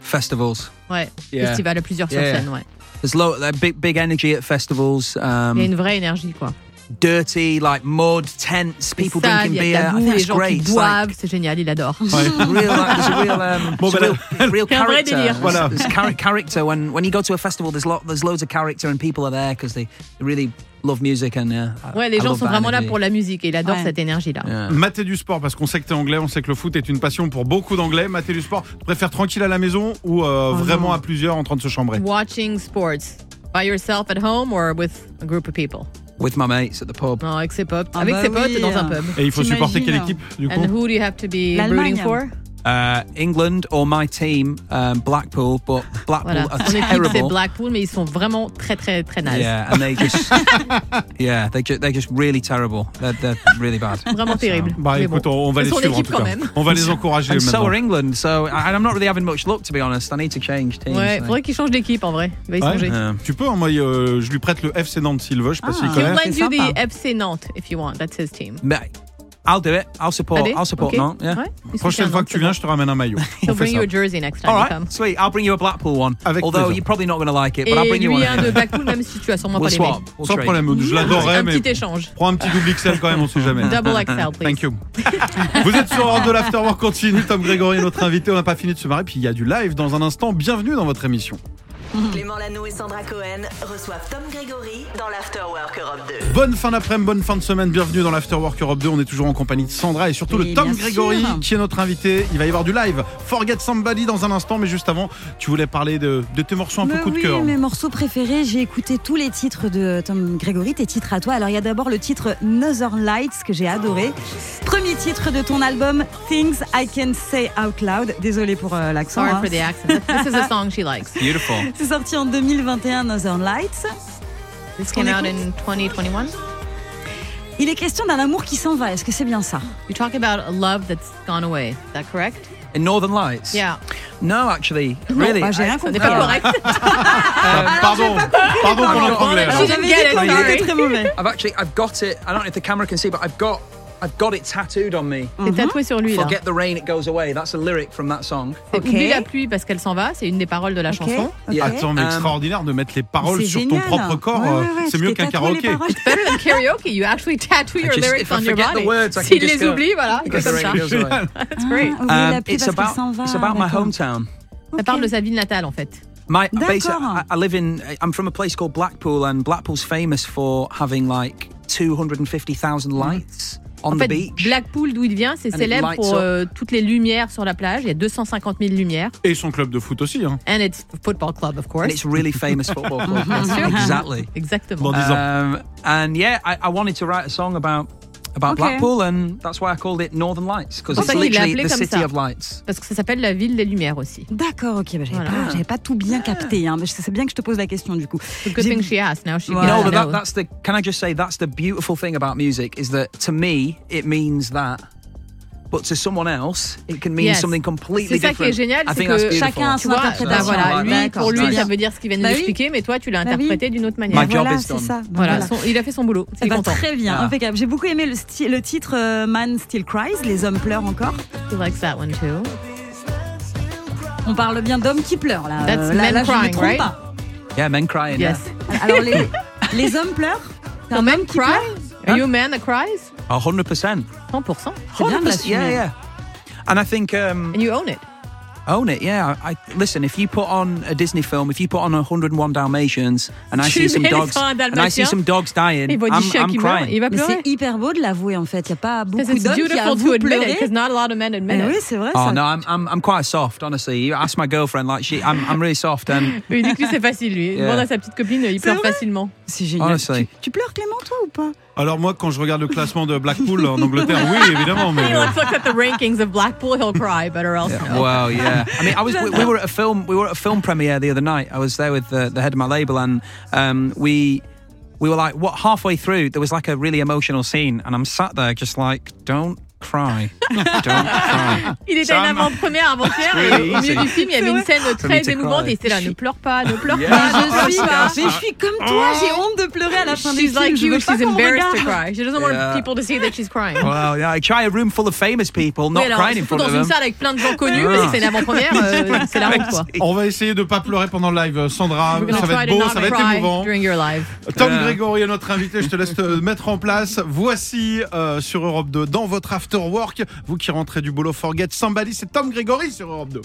[SPEAKER 5] Festivals.
[SPEAKER 4] Ouais,
[SPEAKER 5] Yeah.
[SPEAKER 4] festival à plusieurs sur
[SPEAKER 5] Yeah.
[SPEAKER 4] scène, ouais.
[SPEAKER 5] There's low, uh, big, big energy at festivals.
[SPEAKER 4] Il y a
[SPEAKER 5] Um,
[SPEAKER 4] une vraie énergie, quoi.
[SPEAKER 5] dirty, like mud, tents, people
[SPEAKER 4] Ça, il
[SPEAKER 5] drinking
[SPEAKER 4] y a de la
[SPEAKER 5] beer. I
[SPEAKER 4] boue,
[SPEAKER 5] think
[SPEAKER 4] les
[SPEAKER 5] it's
[SPEAKER 4] gens qui
[SPEAKER 5] great. It's like
[SPEAKER 4] boivent, c'est génial, il adore.
[SPEAKER 5] real, like, there's a real, um,
[SPEAKER 3] Bon,
[SPEAKER 5] there's a
[SPEAKER 3] ben
[SPEAKER 5] real, real
[SPEAKER 4] Un vrai
[SPEAKER 5] character.
[SPEAKER 4] délire.
[SPEAKER 5] There's,
[SPEAKER 3] Voilà.
[SPEAKER 5] there's char- character when when you go to a festival. There's lot, there's loads of character and people are there because they really love music and yeah. I-
[SPEAKER 4] Ouais, les
[SPEAKER 5] I
[SPEAKER 4] gens
[SPEAKER 5] love
[SPEAKER 4] sont
[SPEAKER 5] that
[SPEAKER 4] vraiment là
[SPEAKER 5] energy.
[SPEAKER 4] pour la musique et il adore
[SPEAKER 6] Ouais.
[SPEAKER 4] cette énergie-là.
[SPEAKER 5] Yeah.
[SPEAKER 3] Mater du sport, parce qu'on sait que t'es anglais, on sait que le foot est une passion pour beaucoup d'anglais. Mater du sport, tu préfères tranquille à la maison ou euh, vraiment à plusieurs en train de se chambrer
[SPEAKER 4] Watching sports by yourself at home or with a group of people?
[SPEAKER 5] With my mates at the pub.
[SPEAKER 4] Non, avec ses potes.
[SPEAKER 6] Ah
[SPEAKER 4] avec
[SPEAKER 6] bah
[SPEAKER 4] ses potes
[SPEAKER 6] oui.
[SPEAKER 4] dans un pub.
[SPEAKER 3] Et il faut supporter
[SPEAKER 4] euh,
[SPEAKER 3] quelle
[SPEAKER 6] T'imagines
[SPEAKER 3] équipe du coup
[SPEAKER 4] And who do you have to be
[SPEAKER 6] L'Allemagne.
[SPEAKER 4] rooting for?
[SPEAKER 5] Uh, England or my team, um, Blackpool, but Blackpool
[SPEAKER 4] Voilà.
[SPEAKER 5] are
[SPEAKER 4] Son équipe, c'est
[SPEAKER 5] terrible.
[SPEAKER 4] Blackpool, mais ils sont vraiment très, très, très naze.
[SPEAKER 5] Yeah, and they just yeah, they ju- they're just really terrible. They're, they're really bad.
[SPEAKER 4] Vraiment terrible.
[SPEAKER 3] Bah
[SPEAKER 4] Mais
[SPEAKER 3] écoute,
[SPEAKER 4] bon.
[SPEAKER 3] on, on va
[SPEAKER 4] C'est
[SPEAKER 3] les
[SPEAKER 4] son
[SPEAKER 3] suivre en
[SPEAKER 4] équipe
[SPEAKER 3] tout
[SPEAKER 4] quand
[SPEAKER 3] cas.
[SPEAKER 4] même.
[SPEAKER 3] On va les encourager
[SPEAKER 5] And so
[SPEAKER 3] maintenant.
[SPEAKER 5] are England. So I, I'm not really having much luck to be honest. I need to change teams.
[SPEAKER 4] Ouais,
[SPEAKER 5] I-
[SPEAKER 4] faudrait qu'il change d'équipe en vrai. Il va y
[SPEAKER 3] Ouais.
[SPEAKER 4] songer.
[SPEAKER 5] Yeah.
[SPEAKER 3] Tu peux, hein, moi euh, je lui prête le FC Nantes s'il veut, je sais pas
[SPEAKER 6] Ah.
[SPEAKER 3] s'il
[SPEAKER 6] C'est
[SPEAKER 4] He'll
[SPEAKER 3] connaît.
[SPEAKER 6] vrai.
[SPEAKER 4] lend you the
[SPEAKER 6] sympa.
[SPEAKER 4] FC Nantes if you want. That's his team.
[SPEAKER 5] Mate, I'll do it. I'll support.
[SPEAKER 4] Allez,
[SPEAKER 5] I'll support.
[SPEAKER 4] ok.
[SPEAKER 5] No, yeah.
[SPEAKER 4] Ouais, il soutient
[SPEAKER 3] Prochaine fois
[SPEAKER 4] Nantes,
[SPEAKER 3] que tu
[SPEAKER 4] c'est
[SPEAKER 3] viens,
[SPEAKER 4] bon.
[SPEAKER 3] je te ramène un maillot. On
[SPEAKER 4] He'll
[SPEAKER 3] fait
[SPEAKER 4] bring
[SPEAKER 3] ça.
[SPEAKER 4] you a jersey next time
[SPEAKER 5] All
[SPEAKER 4] you
[SPEAKER 5] right,
[SPEAKER 4] come.
[SPEAKER 5] sweet. I'll bring you a Blackpool one.
[SPEAKER 3] Avec
[SPEAKER 5] Although
[SPEAKER 3] plaisir.
[SPEAKER 5] you're probably not going to like it, but I'll
[SPEAKER 4] Et
[SPEAKER 5] bring you
[SPEAKER 4] lui
[SPEAKER 5] one.
[SPEAKER 4] un de
[SPEAKER 5] anyway.
[SPEAKER 4] Backpool, même si tu as sûrement
[SPEAKER 5] We'll
[SPEAKER 4] pas
[SPEAKER 5] swap.
[SPEAKER 4] les
[SPEAKER 5] We'll
[SPEAKER 3] Sans
[SPEAKER 5] trade.
[SPEAKER 3] problème, je l'adorais,
[SPEAKER 4] Un
[SPEAKER 3] mais
[SPEAKER 4] petit échange.
[SPEAKER 3] prends un petit double XL quand même, on sait jamais.
[SPEAKER 4] Double XL, please.
[SPEAKER 3] Thank you. Vous êtes sur Hors de l'Afterwork continue. Tom Grégory est notre invité. On n'a pas fini de se marrer. Puis il y a du live dans un instant. Bienvenue dans votre émission.
[SPEAKER 2] Clément Lano et Sandra Cohen reçoivent Tom Grégory dans l'Afterwork Europe 2.
[SPEAKER 3] Bonne fin d'après-midi, bonne fin de semaine. Bienvenue dans l'Afterwork Europe 2. On est toujours en compagnie de Sandra et surtout
[SPEAKER 6] Et
[SPEAKER 3] de Tom
[SPEAKER 6] bien
[SPEAKER 3] Grégory
[SPEAKER 6] sûr.
[SPEAKER 3] qui est notre invité. Il va y avoir du live. Forget Somebody dans un instant. Mais juste avant, tu voulais parler de, de tes morceaux un peu
[SPEAKER 6] Mais
[SPEAKER 3] coup de
[SPEAKER 6] oui,
[SPEAKER 3] cœur.
[SPEAKER 6] mes morceaux préférés, j'ai écouté tous les titres de Tom Grégory, tes titres à toi. Alors il y a d'abord le titre Northern Lights que j'ai adoré. Premier titre de ton album Things I Can Say Out Loud. Désolé pour euh, l'accent.
[SPEAKER 4] Sorry
[SPEAKER 6] hein.
[SPEAKER 4] for the accent. This is a song she likes.
[SPEAKER 5] Beautiful.
[SPEAKER 6] C'est sorti en 2021 Northern Lights.
[SPEAKER 4] This
[SPEAKER 6] qu'on
[SPEAKER 4] came out
[SPEAKER 6] écoute
[SPEAKER 4] in 2021.
[SPEAKER 6] Il est question d'un amour qui s'en va. Est-ce que c'est bien ça
[SPEAKER 4] You talk about a love that's gone away. Is that correct?
[SPEAKER 5] In Northern Lights.
[SPEAKER 4] Yeah.
[SPEAKER 5] No, actually, really.
[SPEAKER 6] bah, j'ai rien
[SPEAKER 4] Ça
[SPEAKER 6] compris.
[SPEAKER 4] n'est pas correct.
[SPEAKER 3] Ah, pardon, pardon pour hein.
[SPEAKER 5] pardon.
[SPEAKER 3] l'anglais.
[SPEAKER 4] She
[SPEAKER 3] alors.
[SPEAKER 4] didn't get it,
[SPEAKER 6] J'avais dit
[SPEAKER 4] sorry.
[SPEAKER 6] que très mauvais.
[SPEAKER 5] I've actually, I've got it. I don't know if the camera can see, but I've got, I've got it tattooed on me.
[SPEAKER 4] C'est tatoué sur lui là.
[SPEAKER 5] Forget the rain, it goes away. That's a lyric from that song.
[SPEAKER 4] C'est
[SPEAKER 6] Ok.
[SPEAKER 4] Oublie la pluie parce qu'elle s'en va. C'est une des paroles de la
[SPEAKER 6] Ok,
[SPEAKER 4] chanson.
[SPEAKER 6] ok.
[SPEAKER 5] Yeah.
[SPEAKER 3] Attends, mais
[SPEAKER 5] Euh,
[SPEAKER 3] Ah, extraordinaire de mettre les paroles
[SPEAKER 6] C'est
[SPEAKER 3] sur
[SPEAKER 6] génial.
[SPEAKER 3] ton propre corps.
[SPEAKER 6] Ouais,
[SPEAKER 3] euh,
[SPEAKER 6] ouais, ouais,
[SPEAKER 3] c'est
[SPEAKER 6] tu
[SPEAKER 3] mieux
[SPEAKER 6] t'es
[SPEAKER 3] qu'un
[SPEAKER 6] tatoué les
[SPEAKER 3] karaoké.
[SPEAKER 6] paroles.
[SPEAKER 4] Better than karaoke. You actually tattoo your
[SPEAKER 5] just-
[SPEAKER 4] lyrics
[SPEAKER 5] if I
[SPEAKER 4] on your
[SPEAKER 5] forget the
[SPEAKER 4] body.
[SPEAKER 5] words, I can
[SPEAKER 4] S'il
[SPEAKER 5] just
[SPEAKER 4] les
[SPEAKER 5] go-
[SPEAKER 4] oublie, voilà.
[SPEAKER 5] I
[SPEAKER 4] C'est
[SPEAKER 5] guess
[SPEAKER 4] comme
[SPEAKER 5] the
[SPEAKER 4] ça.
[SPEAKER 5] rain goes away.
[SPEAKER 4] That's great.
[SPEAKER 6] Ah,
[SPEAKER 3] Euh,
[SPEAKER 6] oubliez la
[SPEAKER 5] Um,
[SPEAKER 6] pluie
[SPEAKER 5] it's
[SPEAKER 6] parce qu'elle
[SPEAKER 5] about,
[SPEAKER 6] s'en va,
[SPEAKER 5] it's about my
[SPEAKER 6] d'accord.
[SPEAKER 5] hometown.
[SPEAKER 4] Ça parle de sa ville natale en fait.
[SPEAKER 5] My basically,
[SPEAKER 6] D'accord.
[SPEAKER 5] I, I live in. I'm from a place called Blackpool, and Blackpool's famous for having like 250,000
[SPEAKER 4] Mm-hmm.
[SPEAKER 5] lights on
[SPEAKER 4] En
[SPEAKER 5] the
[SPEAKER 4] fait,
[SPEAKER 5] beach.
[SPEAKER 4] Blackpool, d'où il vient, c'est
[SPEAKER 5] And it
[SPEAKER 4] célèbre
[SPEAKER 5] lights
[SPEAKER 4] pour
[SPEAKER 5] up.
[SPEAKER 4] euh, toutes les lumières sur la plage. Il y a 250 000 lumières.
[SPEAKER 3] Et son club de foot aussi. Hein.
[SPEAKER 4] And it's a football club, of
[SPEAKER 5] and
[SPEAKER 4] course.
[SPEAKER 5] it's really famous football club.
[SPEAKER 4] Bien sûr.
[SPEAKER 5] exactly.
[SPEAKER 4] Exactement.
[SPEAKER 3] Dans 10 ans.
[SPEAKER 5] Um, and yeah, I, I wanted to write a song about about
[SPEAKER 6] Okay.
[SPEAKER 5] Blackpool, and that's why I called it Northern Lights because
[SPEAKER 4] En
[SPEAKER 5] it's
[SPEAKER 4] fait, il l'a
[SPEAKER 5] literally
[SPEAKER 4] appelé
[SPEAKER 5] the
[SPEAKER 4] comme
[SPEAKER 5] city
[SPEAKER 4] ça.
[SPEAKER 5] of lights.
[SPEAKER 4] Parce que ça s'appelle la ville des lumières aussi.
[SPEAKER 6] D'accord, ok, bah, j'avais
[SPEAKER 4] Voilà. Ah.
[SPEAKER 6] pas, j'avais pas tout bien capté, hein, mais je- c'est bien que je te pose la question du coup.
[SPEAKER 4] Good
[SPEAKER 6] J'ai-
[SPEAKER 4] thing she asked. Now she
[SPEAKER 6] No,
[SPEAKER 4] can
[SPEAKER 5] No, but
[SPEAKER 4] know.
[SPEAKER 5] that, that's the. Can I just say that's the beautiful thing about music is that to me it means that, but to someone else it can mean
[SPEAKER 4] Yes.
[SPEAKER 5] something completely
[SPEAKER 4] C'est ça qui est
[SPEAKER 5] different.
[SPEAKER 4] génial,
[SPEAKER 5] I
[SPEAKER 4] c'est
[SPEAKER 5] think that's
[SPEAKER 4] que
[SPEAKER 5] beautiful.
[SPEAKER 6] chacun a
[SPEAKER 4] Tu
[SPEAKER 6] son
[SPEAKER 4] vois,
[SPEAKER 6] interprétation.
[SPEAKER 4] bah voilà,
[SPEAKER 5] Ah,
[SPEAKER 4] lui,
[SPEAKER 5] that's
[SPEAKER 4] pour lui,
[SPEAKER 5] nice.
[SPEAKER 4] ça veut dire ce qu'il vient de
[SPEAKER 6] Bah
[SPEAKER 4] nous
[SPEAKER 6] oui.
[SPEAKER 4] expliquer, mais toi, tu l'as
[SPEAKER 6] Bah oui.
[SPEAKER 4] interprété d'une autre
[SPEAKER 6] Bah
[SPEAKER 4] manière.
[SPEAKER 5] My job
[SPEAKER 6] voilà,
[SPEAKER 5] is
[SPEAKER 6] c'est
[SPEAKER 5] done.
[SPEAKER 6] ça. Bah,
[SPEAKER 4] Voilà,
[SPEAKER 6] voilà.
[SPEAKER 4] son- il a fait son boulot.
[SPEAKER 6] Eh
[SPEAKER 4] C'est
[SPEAKER 6] ben,
[SPEAKER 4] content.
[SPEAKER 6] très bien,
[SPEAKER 5] Voilà.
[SPEAKER 6] impeccable. J'ai beaucoup aimé le, sti- le titre euh, Man Still Cries, Les hommes pleurent encore.
[SPEAKER 4] He likes that one too.
[SPEAKER 6] On parle bien d'hommes qui pleurent là.
[SPEAKER 4] That's
[SPEAKER 6] Euh, là,
[SPEAKER 4] men
[SPEAKER 6] là, je me
[SPEAKER 4] crying,
[SPEAKER 6] trompe
[SPEAKER 4] right?
[SPEAKER 6] pas.
[SPEAKER 5] Yeah, men crying.
[SPEAKER 4] Yes.
[SPEAKER 6] Alors les, les hommes pleurent T'es
[SPEAKER 4] The
[SPEAKER 6] un
[SPEAKER 4] man
[SPEAKER 6] homme qui Hein?
[SPEAKER 4] cry?
[SPEAKER 6] pleure
[SPEAKER 4] Are you a man that cries?
[SPEAKER 5] yeah. hundred percent.
[SPEAKER 4] 100%.
[SPEAKER 6] C'est bien de
[SPEAKER 5] Yeah,
[SPEAKER 6] l'assumer.
[SPEAKER 5] yeah. And I think um,
[SPEAKER 4] And you own it.
[SPEAKER 5] own it. Yeah. I, I listen. If you put on a Disney film, if you put on 101 Dalmatians, and I
[SPEAKER 4] Tu
[SPEAKER 5] see some
[SPEAKER 4] mets
[SPEAKER 5] dogs,
[SPEAKER 4] 101
[SPEAKER 5] and I see
[SPEAKER 4] Dalmatiens,
[SPEAKER 5] some dogs dying,
[SPEAKER 4] Il voit
[SPEAKER 5] I'm,
[SPEAKER 4] du chien
[SPEAKER 5] I'm
[SPEAKER 4] qui meurt, il
[SPEAKER 5] crying.
[SPEAKER 4] va
[SPEAKER 6] Mais
[SPEAKER 4] pleurer.
[SPEAKER 6] c'est hyper beau de l'avouer en fait. Il n'y a pas
[SPEAKER 4] Because
[SPEAKER 6] beaucoup
[SPEAKER 4] it's
[SPEAKER 6] d'hommes qui
[SPEAKER 4] beautiful
[SPEAKER 6] avouent
[SPEAKER 4] to admit it,
[SPEAKER 6] pleurer.
[SPEAKER 4] because not a lot of men admit
[SPEAKER 6] Eh oui,
[SPEAKER 4] it.
[SPEAKER 6] c'est vrai.
[SPEAKER 5] Oh
[SPEAKER 6] ça.
[SPEAKER 5] no, I'm, I'm I'm quite soft, honestly. You ask my girlfriend, like she, I'm I'm really soft, and
[SPEAKER 4] Il dit que lui, c'est facile, lui. Il
[SPEAKER 5] Yeah.
[SPEAKER 4] demande à sa petite copine, il pleure
[SPEAKER 6] vrai
[SPEAKER 4] facilement.
[SPEAKER 6] C'est génial.
[SPEAKER 5] Honestly.
[SPEAKER 6] Tu, tu pleures Clément toi ou pas
[SPEAKER 3] Alors moi, quand je regarde le classement de Blackpool en Angleterre, oui, évidemment, mais euh,
[SPEAKER 4] He looks like at the rankings of Blackpool, he'll cry, but or else no.
[SPEAKER 5] well, yeah. I mean, I was we, we were at a film we were at a film premiere the other night. I was there with uh, the, the head of my label, and um, we we were like, what halfway through there was like a really emotional scene, and I'm sat there just like, don't cry, don't cry.
[SPEAKER 4] Il était
[SPEAKER 5] Ça
[SPEAKER 4] en
[SPEAKER 5] m'a-
[SPEAKER 4] avant-première avant-hier
[SPEAKER 5] Oui,
[SPEAKER 4] et au milieu
[SPEAKER 5] c'est-
[SPEAKER 4] du film, il y avait une scène
[SPEAKER 5] me
[SPEAKER 4] très
[SPEAKER 5] to
[SPEAKER 4] émouvante
[SPEAKER 5] cry.
[SPEAKER 4] et c'était là, ne pleure pas, ne pleure
[SPEAKER 5] Yeah.
[SPEAKER 4] pas,
[SPEAKER 5] Ah,
[SPEAKER 4] ne
[SPEAKER 6] je, suis,
[SPEAKER 4] pleure pas.
[SPEAKER 6] mais je suis comme toi, j'ai honte de pleurer à la fin des
[SPEAKER 4] She's
[SPEAKER 6] films.
[SPEAKER 4] like
[SPEAKER 6] je veux
[SPEAKER 4] you,
[SPEAKER 6] pas
[SPEAKER 4] she's
[SPEAKER 6] qu'on me
[SPEAKER 4] embarrassed to
[SPEAKER 6] regarde.
[SPEAKER 4] cry. She doesn't want
[SPEAKER 5] Yeah.
[SPEAKER 4] people to see that she's crying.
[SPEAKER 5] Well, yeah, I try a room full of famous people,
[SPEAKER 4] Oui,
[SPEAKER 5] not
[SPEAKER 4] alors,
[SPEAKER 5] crying in
[SPEAKER 4] surtout
[SPEAKER 5] front
[SPEAKER 4] dans
[SPEAKER 5] of
[SPEAKER 4] une
[SPEAKER 5] them.
[SPEAKER 4] salle avec plein de gens connus,
[SPEAKER 5] Ah.
[SPEAKER 4] mais c'est une avant-première, euh, c'est la honte, quoi.
[SPEAKER 3] on va essayer de pas pleurer pendant le live, Sandra.
[SPEAKER 4] We're gonna
[SPEAKER 3] Ça va
[SPEAKER 4] try
[SPEAKER 3] être
[SPEAKER 4] to
[SPEAKER 3] beau,
[SPEAKER 4] not
[SPEAKER 3] ça va être
[SPEAKER 4] cry
[SPEAKER 3] émouvant.
[SPEAKER 4] during your live.
[SPEAKER 3] Tom
[SPEAKER 5] Euh.
[SPEAKER 3] Grégory est notre invité, je te laisse te mettre en place. Voici euh, sur Europe 2, dans votre after work, vous qui rentrez du boulot, forget somebody, c'est Tom Grégory sur Europe 2.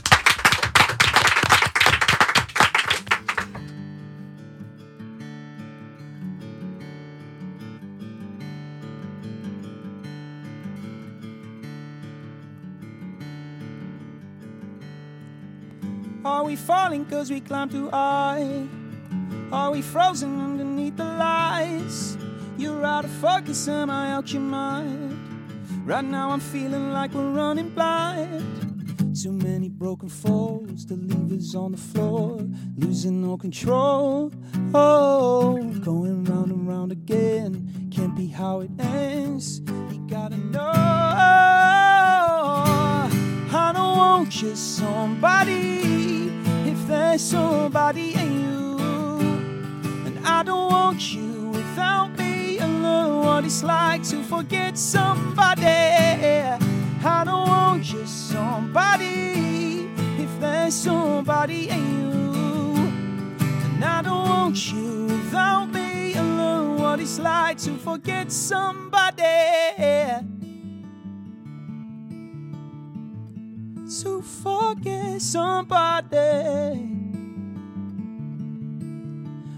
[SPEAKER 7] Are we falling cause we climbed too high? Are we frozen underneath the lights? You're out of focus, am I out your mind? Right now I'm feeling like we're running blind. Too many broken falls, the levers on the floor, losing all control. Oh, going round and round again, can't be how it ends. You gotta know. I don't want you somebody if there's somebody in you. And I don't want you without me. I know what it's like to forget somebody. I don't want you somebody if there's somebody in you. And I don't want you without me. I know what it's like to forget somebody. to forget somebody.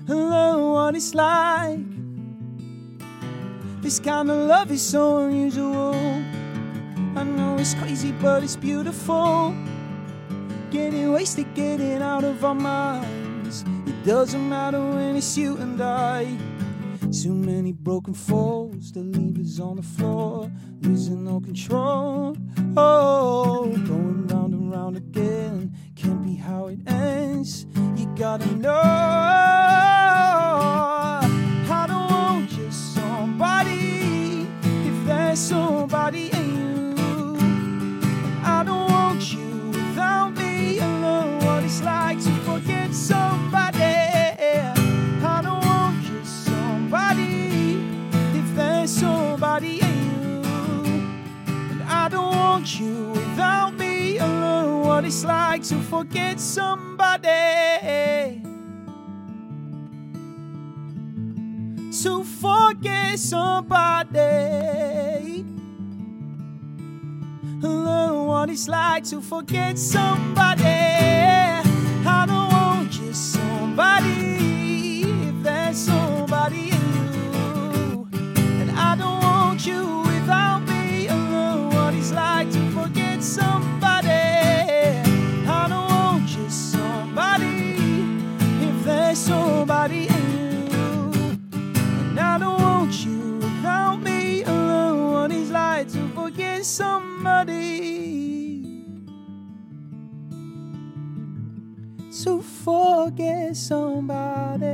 [SPEAKER 7] Learn what it's like. This kind of love is so unusual. I know it's crazy, but it's beautiful. Getting wasted, getting out of our minds. It doesn't matter when it's you and I. Too many broken falls, the levers on the floor, losing all control. Oh, going round and round again, can't be how it ends. You gotta know. I don't want just somebody if there's somebody in you. I don't want you without me. I know what it's like to forget somebody. I don't want you somebody if there's somebody in you. And I don't want you without me. I know what it's like to forget somebody. To forget somebody learn what it's like to forget somebody. I don't want you somebody if there's somebody in you. And I don't want you without me. I learn what it's like to forget somebody. I don't want you somebody if there's somebody in you. And I don't want you without me. I learn what forget somebody.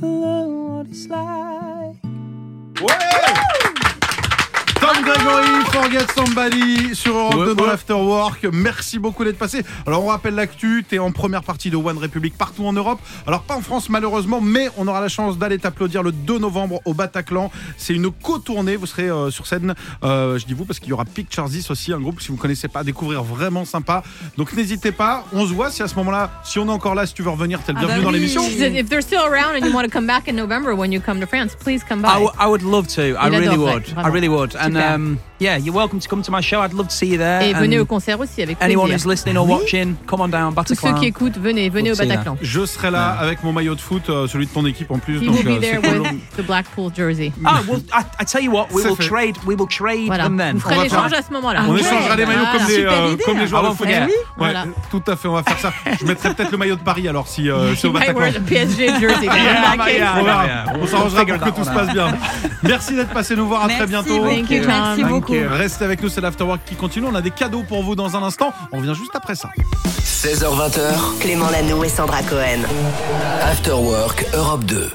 [SPEAKER 7] Learn what it's like.
[SPEAKER 3] Tom Gregory, Forget Somebody sur Europe
[SPEAKER 5] Ouais,
[SPEAKER 3] 2 dans
[SPEAKER 5] ouais.
[SPEAKER 3] l'After Work. Merci beaucoup d'être passé. Alors, on rappelle l'actu. T'es en première partie de One Republic partout en Europe. Alors, pas en France, malheureusement, mais on aura la chance d'aller t'applaudir le 2 novembre au Bataclan. C'est une co-tournée. Vous serez euh, sur scène. euh, je dis vous parce qu'il y aura Pictures This aussi, un groupe si vous connaissez pas, à découvrir vraiment sympa. Donc, n'hésitez pas. On se voit si à ce moment-là, si on est encore là, si tu veux revenir, t'es le
[SPEAKER 6] Ah bah
[SPEAKER 3] bienvenu dans
[SPEAKER 6] oui.
[SPEAKER 3] l'émission.
[SPEAKER 4] She said, if they're still around and you want to come back in November when you come to France, please come
[SPEAKER 5] I,
[SPEAKER 4] by.
[SPEAKER 5] w- I would love to. I
[SPEAKER 4] Il adore,
[SPEAKER 5] really
[SPEAKER 4] ouais,
[SPEAKER 5] would. I
[SPEAKER 4] vraiment.
[SPEAKER 5] really would. And
[SPEAKER 4] Super.
[SPEAKER 5] um, yeah, you're welcome to come to my show. I'd love to see you there.
[SPEAKER 4] Et
[SPEAKER 5] And
[SPEAKER 4] venez au concert aussi avec
[SPEAKER 5] anyone who's
[SPEAKER 4] plaisir.
[SPEAKER 5] listening or watching, come on down,
[SPEAKER 4] Tous ceux qui
[SPEAKER 5] Bataclan.
[SPEAKER 4] écoutent, venez, venez au
[SPEAKER 5] Faut que c'est
[SPEAKER 4] Bataclan.
[SPEAKER 3] Je serai là avec mon maillot de foot, euh, celui de ton équipe en plus.
[SPEAKER 4] He
[SPEAKER 3] donc,
[SPEAKER 4] will be
[SPEAKER 3] euh, c'est
[SPEAKER 4] there
[SPEAKER 3] cool.
[SPEAKER 4] with the Blackpool jersey.
[SPEAKER 5] Ah, well, I, I tell you what, we
[SPEAKER 3] Ça
[SPEAKER 5] will
[SPEAKER 3] fait.
[SPEAKER 5] trade. We will trade
[SPEAKER 4] Voilà.
[SPEAKER 5] them then.
[SPEAKER 4] Vous ferez
[SPEAKER 3] va
[SPEAKER 4] l'échange
[SPEAKER 3] faire-
[SPEAKER 4] à ce moment-là. Ah.
[SPEAKER 3] On
[SPEAKER 6] Ah Ouais. bah,
[SPEAKER 3] échangera les maillots
[SPEAKER 4] Voilà.
[SPEAKER 3] comme, les,
[SPEAKER 6] Super
[SPEAKER 3] euh,
[SPEAKER 6] idée. Eh
[SPEAKER 3] comme les joueurs
[SPEAKER 5] Ah
[SPEAKER 3] de
[SPEAKER 5] bon,
[SPEAKER 3] foot.
[SPEAKER 5] faut dire.
[SPEAKER 3] Ouais,
[SPEAKER 4] Voilà.
[SPEAKER 3] Tout à fait, on va faire ça. Je mettrai peut-être le maillot de Paris alors si euh, c'est au
[SPEAKER 4] You might
[SPEAKER 3] Bataclan.
[SPEAKER 4] wear the PSG jersey.
[SPEAKER 5] Yeah,
[SPEAKER 4] In that
[SPEAKER 5] yeah.
[SPEAKER 4] case.
[SPEAKER 3] On verra.
[SPEAKER 5] Yeah, yeah.
[SPEAKER 3] On s'arrangera pour
[SPEAKER 5] Figure
[SPEAKER 3] que
[SPEAKER 5] it
[SPEAKER 3] tout
[SPEAKER 5] out,
[SPEAKER 3] se
[SPEAKER 5] on
[SPEAKER 3] passe
[SPEAKER 5] a-
[SPEAKER 3] bien. Merci d'être passé nous voir. À très bientôt.
[SPEAKER 4] Thank you, Tom.
[SPEAKER 6] Merci
[SPEAKER 4] Thank
[SPEAKER 6] beaucoup.
[SPEAKER 3] Restez avec nous, c'est l'After Work qui continue. On a des cadeaux pour vous dans un instant. On revient juste après ça.
[SPEAKER 1] 16h20,
[SPEAKER 2] Clément Lano et Sandra Cohen.
[SPEAKER 1] After Work Europe 2.